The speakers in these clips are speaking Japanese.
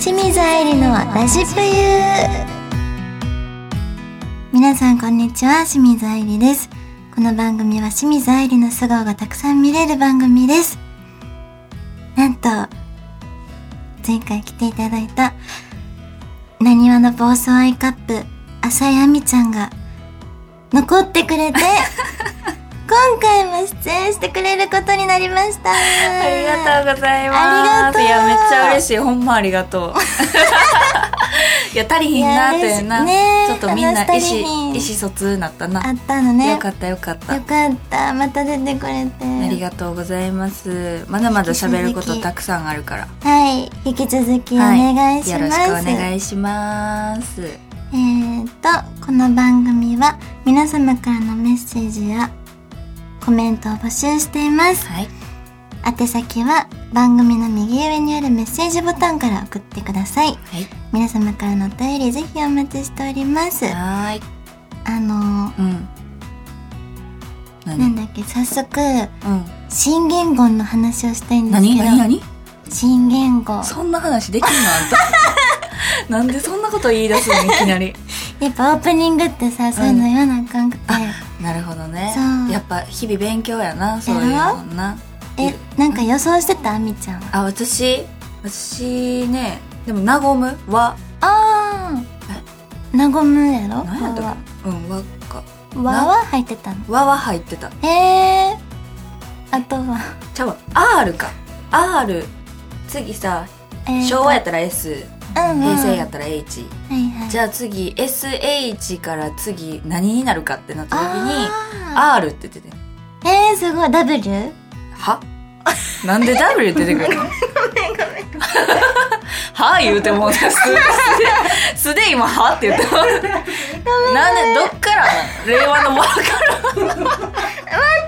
清水愛理のラジプユ皆さんこんにちは清水愛理ですこの番組は清水愛理の素顔がたくさん見れる番組ですなんと前回来ていただいたなにわの暴走アイカップ浅井亜美ちゃんが残ってく れて今回も出演してくれることになりましたあありがとうございます。ありがとういや、めっちゃ嬉しい。ほんまありがとう。 いや、足りひんな、というや嬉しい。ないねちょっとみんな意話足りひん思、意思疎通なったな。あったのねよかった、よかった。よかったまた出てくれてありがとうございます。まだまだ喋ることたくさんあるから。はい引き続きお願いします、はいよろしくお願いします。えー、とこの番組は皆様からのメッセージやコメントを募集していますはい。宛先は番組の右上にあるメッセージボタンから送ってくださいはい。皆様からのお便りぜひお待ちしておりますあはーい。のうん。ー、何なうんん。だっけ早速新言語の話をしたいんですけ何ど何何新言語そんな話できんのあ んた。なんでそんなこと言い出すのいきなり。やっぱオープニングってさそういうの言わなあかんくて、なるほどねそうやっぱ日々勉強やなそういうのなえなんか予想してたあみちゃんはあ私私ねでも「なごむ」はああなごむやろ何やったっけうん「わ」かわはわは入ってたの「わ」は入ってたへえあとは、ちゃうわ R か R 次さえーと昭和やったら S うんうん、平成やったら H はいはいじゃゃあ次 SH から次何になるかってなった時にあ R って出ててーえー、すごい W? はなんで W 出てくるのは言うてもうた素で素で今「は」って言ってますなんでどっからの令和のもの か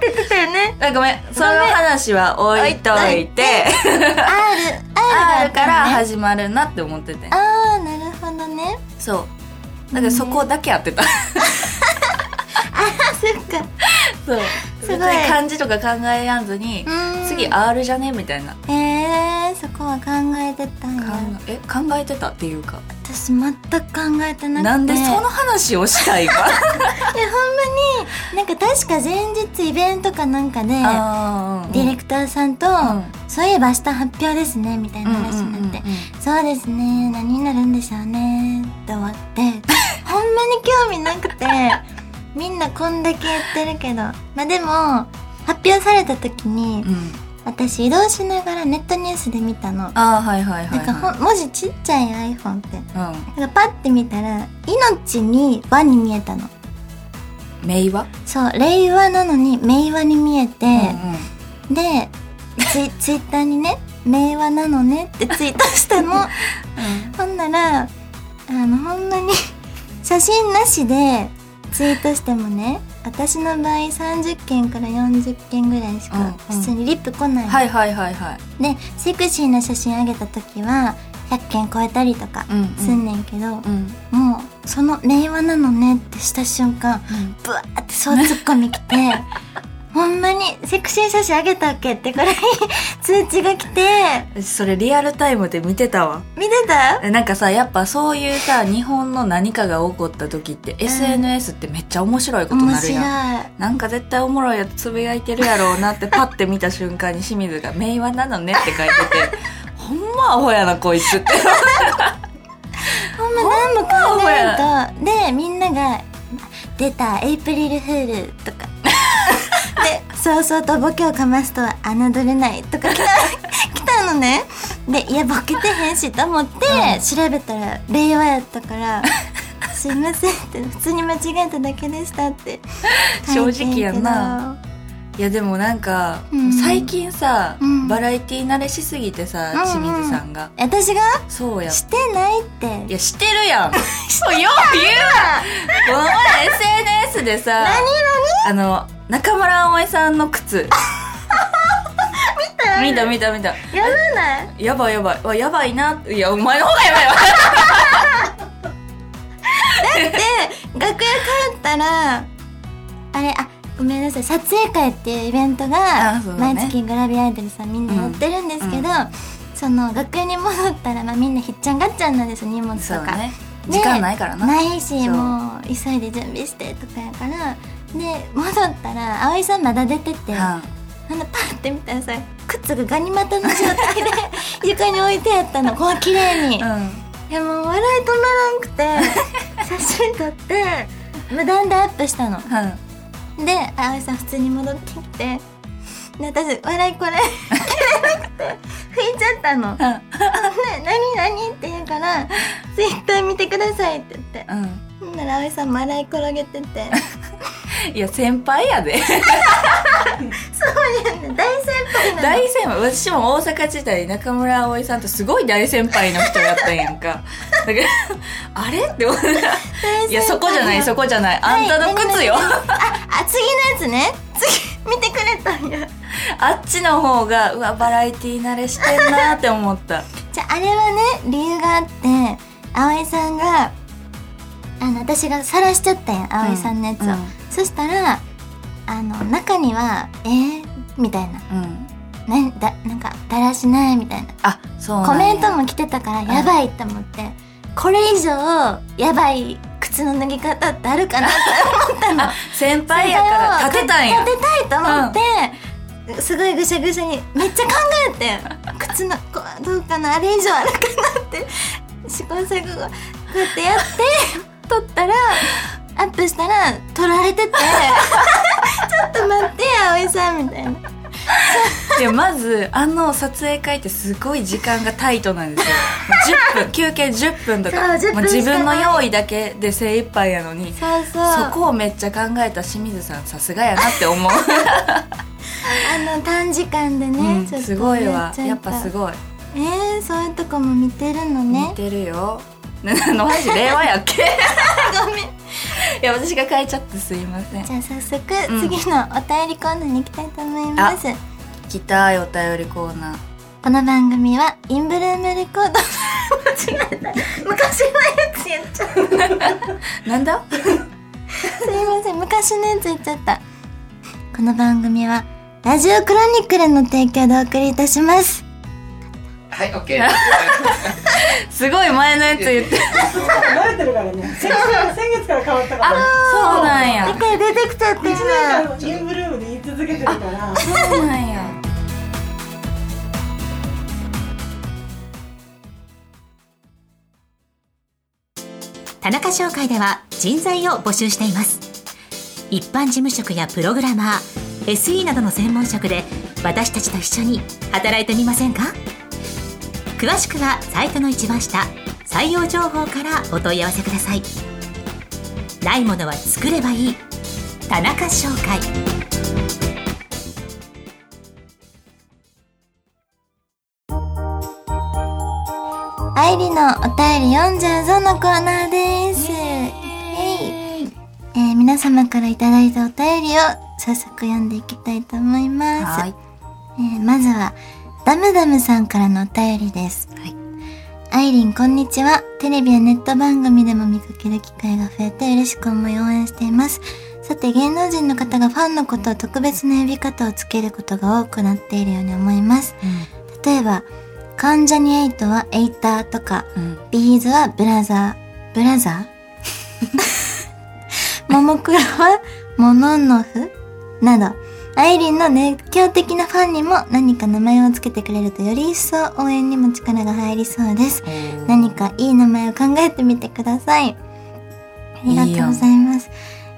出てたよねらごめんその話は置いといて R, R R がからあったのね始まるなって思っててあーなるほどねそうだからそこだけやってたあそっかそうす別ごいに漢字とか考えやんずにうん次 R じゃねみたいなえー、そこは考えてたん考やええ考えてたっていうか私全く考えてなくてなんでその話をした いかいやほんまになんか確か前日イベントかなんかであーディレククターさんと、んそういえば明日発表ですねみたいな話になって、そうですね何になるんでしょうねって終わって ほんまに興味なくてみんなこんだけ言ってるけどまあでも発表された時に、うん私移動しながらネットニュースで見たの、ああはいはいはいはいなんかほん文字ちっちゃい iPhone ってうんなんかパッて見たら「命に和」に見えたの名はそう令和なのに名和に見えて、うんうんでツ イツイッターにね「名和なのね」ってツイートしたのほんならあのほんまに 写真なしでツイートしてもね私の場合30件から40件ぐらいしかうんうん普通にリップ来ないの、はいはいはいはいでセクシーな写真あげた時は100件超えたりとかうんうんすんねんけど、うんもうその「令和なのね」ってした瞬間ブワーってそうツッコミ来 てほんまにセクシー写真あげたっけってくらい通知が来て私それリアルタイムで見てたわ見てたえなんかさやっぱそういうさ日本の何かが起こった時って、SNS ってめっちゃ面白いこと面なるやん白いなんか絶対おもろいやつつぶやいてるやろう なってパッて見た瞬間に清水が「名和なのね」って書いて てほんまアホやなこいつ ってほんま何も考えんとでみんなが「出たエイプリルフール」 とかで「そうそうとボケをかますとは侮れない」とか来た 来たのねでいやボケてへんしと思って調べたら令和やったから「すいません」って普通に間違えただけでしたって正直やなないやでもなんか、うん最近さ、うんバラエティー慣れしすぎてさ、うんうん清水さんが書いてんけど私がそうやしてないっいてやしてるや んそうよう言うわこの前 SNS でさあの中村葵さんの靴見た見た見たやらないやばいやばいわやばいないやお前の方がやばいわで楽屋帰ったらあれあごめんなさい撮影会っていうイベントがあそうだね毎月グラビアアイドルさんみんなやってるんですけど、そその学園に戻ったら、まあ、みんなひっちゃんがっちゃんなんですよ荷物とそうか、ねね時間ないからな、ないしそうもう急いで準備してとかやからで戻ったら葵さんまだ出てて、はあのパッて見たらさ靴がガニ股の状態で床に置いてやったのこう綺麗に、いいやもう笑い止まらん くて写真撮って無断でアップしたのうん、うんで葵さん普通に戻ってきてで私笑いこれ切れなくて拭いちゃった ので「何何?」って言うから「ツイッター見てください」って言ってうん、ほんなら葵さん笑い転げてていや先輩やでそうやね大先輩なの大先輩私も大阪時代中村葵さんとすごい大先輩の人やったんやん かだからあれって思った大先輩いやそこじゃないそこじゃないはあいんたの靴よ、何あ次のやつね次見てくれたんやあっちの方がうわバラエティー慣れしてんなって思ったじゃああれはね理由があって葵さんがあの私が晒しちゃったやん葵さんのやつを、うんそしたらあの中には「えー?」みたいなうんうん「ね、だなんかだらしない」みたいなあそうなんやコメントも来てたからんやばいと思って、これ以上やばい靴の脱ぎ方ってあるかなって思ったの。先輩やから立てたんや立てたいと思って、すごいぐしゃぐしゃにめっちゃ考えて靴のこうどうかなあれ以上あるかなって試行錯誤こうやってやって撮ったらアップしたら撮られててちょっと待って葵さんみたいな。でまずあの撮影会ってすごい時間がタイトなんです よもう10分休憩10分とかそう10分もしかなうい自分の用意だけで精一杯やのにそうそうそこをめっちゃ考えた清水さんさすがやなって思う、あの短時間で ね、うんちょっとすごいわちゃやっぱすごいえー、そういうとこも見てるの似ねてるよ、ね、あのマジ令和やっけ ごめんいや私が変えちゃってすいませんじゃあ早速、うん次のお便りコーナーに行きたいと思います聞きたいお便りコーナーこの番組はインブルームレコード間違えた昔のやつ言っちゃったすいなんだません昔のやつ言っちゃったこの番組はラジオクロニクルの提供でお送りいたしますはい、オッケー。すごい前のやつ言って慣れてるからね先先月から変わったからそうなんだやから出てきちゃった1よ年間インブルームで言い続けてるからそうなんや田中商会では人材を募集しています一般事務職やプログラマー SE などの専門職で私たちと一緒に働いてみませんか詳しくはサイトの一番下採用情報からお問い合わせくださいないものは作ればいい田中商会愛理のお便り読んじゃうぞのコーナーですイエイえー皆様からいただいたお便りを早速読んでいきたいと思いますはいえーまずは、ダムダムさんからのお便りです。はいアイリン、こんにちは。テレビやネット番組でも見かける機会が増えて嬉しく思い応援しています。さて、芸能人の方がファンのことを特別な呼び方をつけることが多くなっているように思います。例えば、関ジャニエイトはエイターとか、うんビーズはブラザー。ブラザーももクロはモノノフなど、アイリンの熱狂的なファンにも何か名前をつけてくれるとより一層応援にも力が入りそうです。何かいい名前を考えてみてください。ありがとうございます。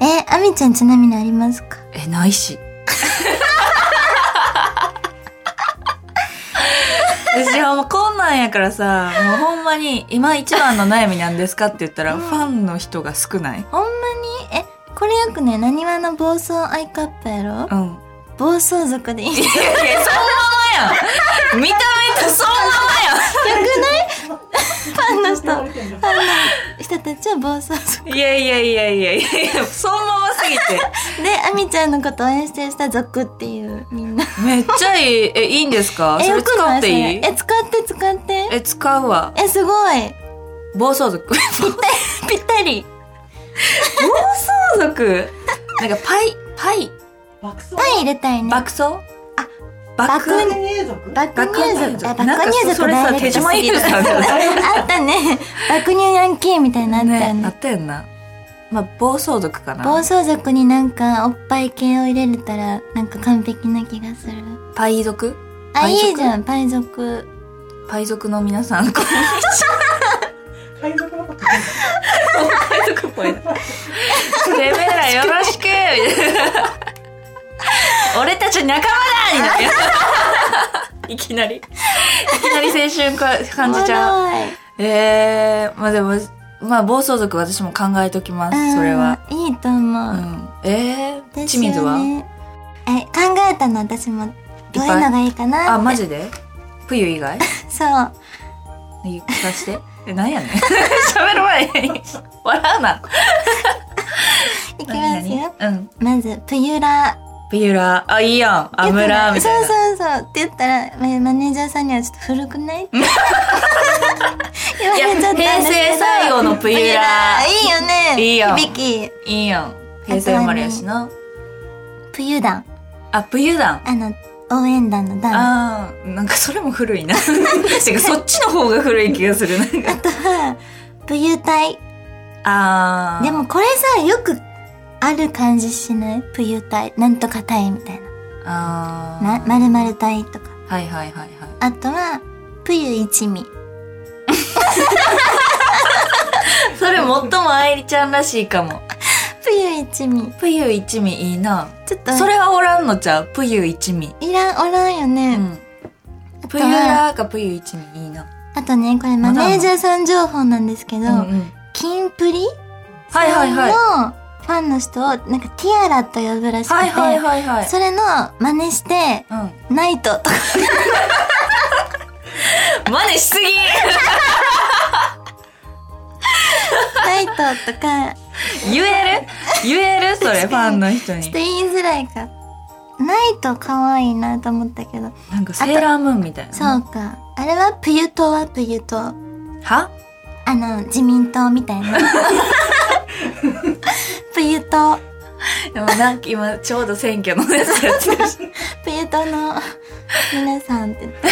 えー、アミちゃんちなみにありますかえな いし私はもうこんなんやからさもうほんまに今一番の悩みなんですかって言ったら、ファンの人が少ないほんまにえ、これよくね、なにわの暴走アイカップやろうん暴走族でいい。いやいやそのままやん見た目とそのファンの人、フれてァンんの人たちは暴走族。ままやんいやいやいやいやいやいやそのまますぎてで、アミちゃんのこと応援してる人は族っていう、みんな。めっちゃいいえいいんですかそれよくな使っていそいれえ、使って使って。え使うわえ、すごい。 暴走族ぴったり。暴走族なんかパイパイ爆走パイ入れたいね。爆走爆爆爆乳族バック爆ニュー乳ズ、族あ、バなッんかクニューズそとれダさイレクト手島すぎ優 る。さんだよあったね。爆乳ヤンキーみたいなのあったよねあねっ。たよなまあ暴走族か暴な走族になんかおっぱい系を入れれたらなんか完璧な気がする。パイ族あ、パイ族いいじゃん、パイ族。パイ族の皆さんこんにちは海賊のことパイ族っぽいなてめえらよろしくみたいな俺たち仲間だみたいないきなりいきなり青春か感じちゃうおもろいえー、まあでもまあ暴走族私も考えときまうんすそれは。いいと思うう。んえー、ですよね清水はえ、考えたの私も。どういうのがいいかなあマジで冬以外そう。言い聞かして。え、なんやねん。喋る前に。笑うな。いきますよ。何々うん。まず、プユラ。ビューラー。あ、いいやん。アムラーみたいな。そうそうそう。って言ったら、まマネージャーさんにはちょっと古く ないって言われちゃったんですけど。いや平成最後のプユラプユラいいよね。いいよ響き。いいやん。平成生まれやしな。プユ団。あ、冬だん。あの、応援団の団。ああー、なんかそれも古いな。てかそっちの方が古い気がする。なんとか。は、プユ隊。あー。でもこれさ、よくある感じしないプユ隊。なんとか隊みたいあな。な、ー。 〇〇隊とか。はいはいはいはい。あとは、プユ一味。それ最も愛理ちゃんらしいかも。プユ一味。プユ一味いいな。ちょっと、それはおらんのちゃうプユ一味。いらん、おらんようね。ん。あとプユは、ラーかプユ一味いいな。あとね、これマまだあんネのージャーさん情報なんですけど、うん。キンプリはいはいはい。のファンの人を、なんかティアラと呼ぶらしくて、はいはいはいはい。それの真似して、うナイトとか、 ん。真似しすぎナイトとか、言える言えるそれ、ファンの人ちょにっと。言いづらいか。ナイト可愛いなと思ったけど、なんかセーラームーンみたいな。そうか。あれはプユ党はプユ党。あはの、自民党みたいな。 プユ党。でもなんか今ちょうど選挙のやつやってるし。プユ党の皆さんって言って。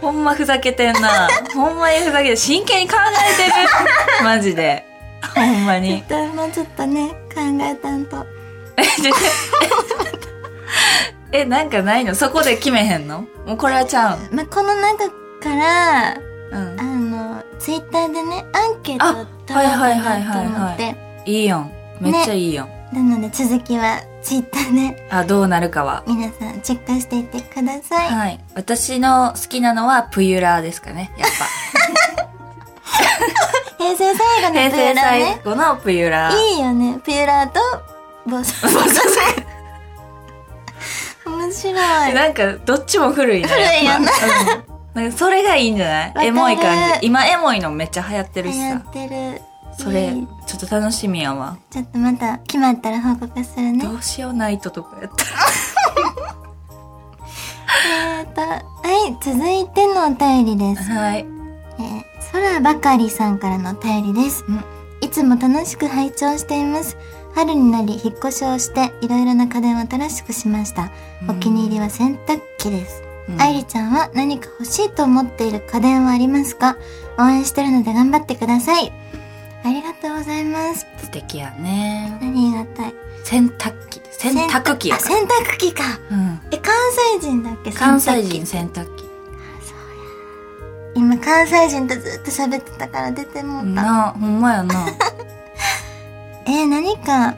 ほんまふざけてんな。ほんまにふざけて、真剣に考えて る。マジで。ほんまに。で もうちょっとね、考えたんと。え、なんかないのそこで決めへんのもうこれはちゃう。まあ、この中から、うんあ。の、ツイッターでね、アンケートを取ろうあはかいはいなはいとはい思はっいて。いいやん。めっちゃいいやん。なので続きはツイッターで あ、どうなるかは。皆さんチェックしていってください。はい。私の好きなのはプユラーですかね。やっぱ。平成最後 の平プユ成ラー最ね。後のプユラー。いいよね。プユラーとボス。面 白い。 なんか、どっちも古いね。古いよなまあうんなんか、それがいいんじゃないかるエモい感じ。今、エモいのめっちゃ流行ってるし流行さ。ってる。それいい、ちょっと楽しみやわ。ちょっとまた決まったら報告するねど。うしよう、ナイトとかやったら。えーと、はい、続いてのお便りです。はい。えー、空ばかりさんからのお便りです、うんいつも楽しく拝聴しています春になり引っ越しをしていろいろな家電を新しくしましたお気に入りは洗濯機です、うん愛理ちゃんは何か欲しいと思っている家電はありますか応援してるので頑張ってくださいありがとうございます素敵やね。ありがたい洗濯機。洗濯機やあから。洗濯機かうん。え関西人だっけ関西人洗濯機洗濯機。今関西人とずっと喋ってたから出てもうた、な、ほんまやな。 えー、何か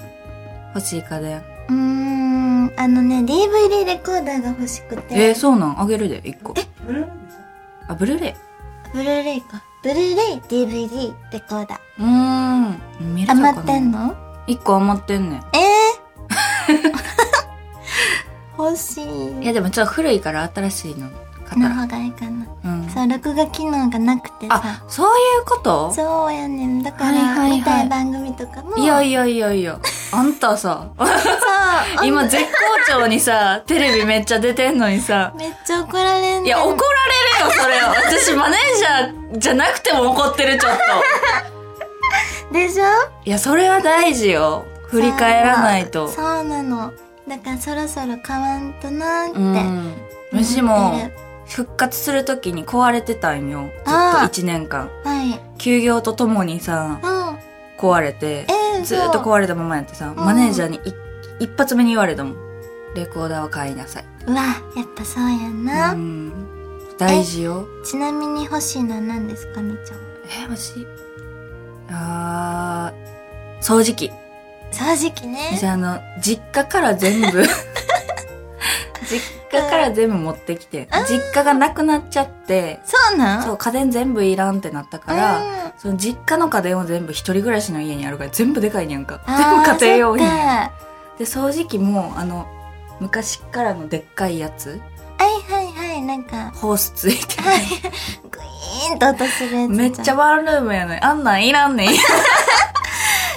欲しい家電。うーん、あのね、DVD レコーダーが欲しくて。えー、そうなんあげるで、一個。ブルーなんでしょあ、ブルーレイ。ブルーレイか。ブルーレイ、DVD、レコーダうーん。ー。見れたかな余ってんの一個余ってんねん。え ー、欲しいい。や、でもちょっと古いから新しいの買ったのら。方がいいかな。うん。そう、録画機能がなくてさ。あ、そういうことそうやねん。だから、はいはいはい見たい番組とかも。いやいやいやいや。あん たさ、そう。今絶好調にさ、テレビめっちゃ出てんのにさ。めっちゃ怒られんねんいや、怒られるよ、そ れは。私、マネージャーじゃなくても怒ってる、ちょっと。でしょいや、それは大事よ。振り返らないと。そうなの。そうなのだからそろそろ買わんとなーって。うん。うちも、復活するときに壊れてたんよ。ずっとあー1年間。はい。休業とともにさ、うん。壊れて、えー、ずっとう。壊れたままやってさ、マネージャーにい一発目に言われたもん。レコーダーは買いなさい。うわ、やっぱそうやんな。うん。大事よ。ちなみに欲しいのは何ですか、みーちゃんは。え、欲しい。あー、掃除機。掃除機ね。じゃあ、あの、実家から全 部、実家から全部持ってきて、実家がなくなっちゃって、そうなんそうう、家電全部いらんってなったから、んその実家の家電を全部一人暮らしの家にあるから全部でかいねやんか。あー全部家庭用にそっ。かで、掃除機も、あの、昔からのでっかいやつ、はいはいはい、なんか、ホースついてる。グイーンと音するやつじゃん。めっちゃワンルームやのに、あんなんいらんねん。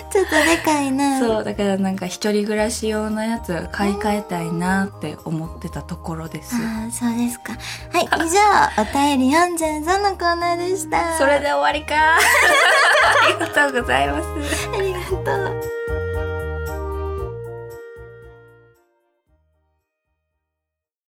ちょっとでかいな。 そう、だからなんか一人暮らし用のやつ買い替えたいなって思ってたところです。ああ、そうですか。はい、以上、お便り43のコーナーでした。それで終わりか。ありがとうございます。ありがとう。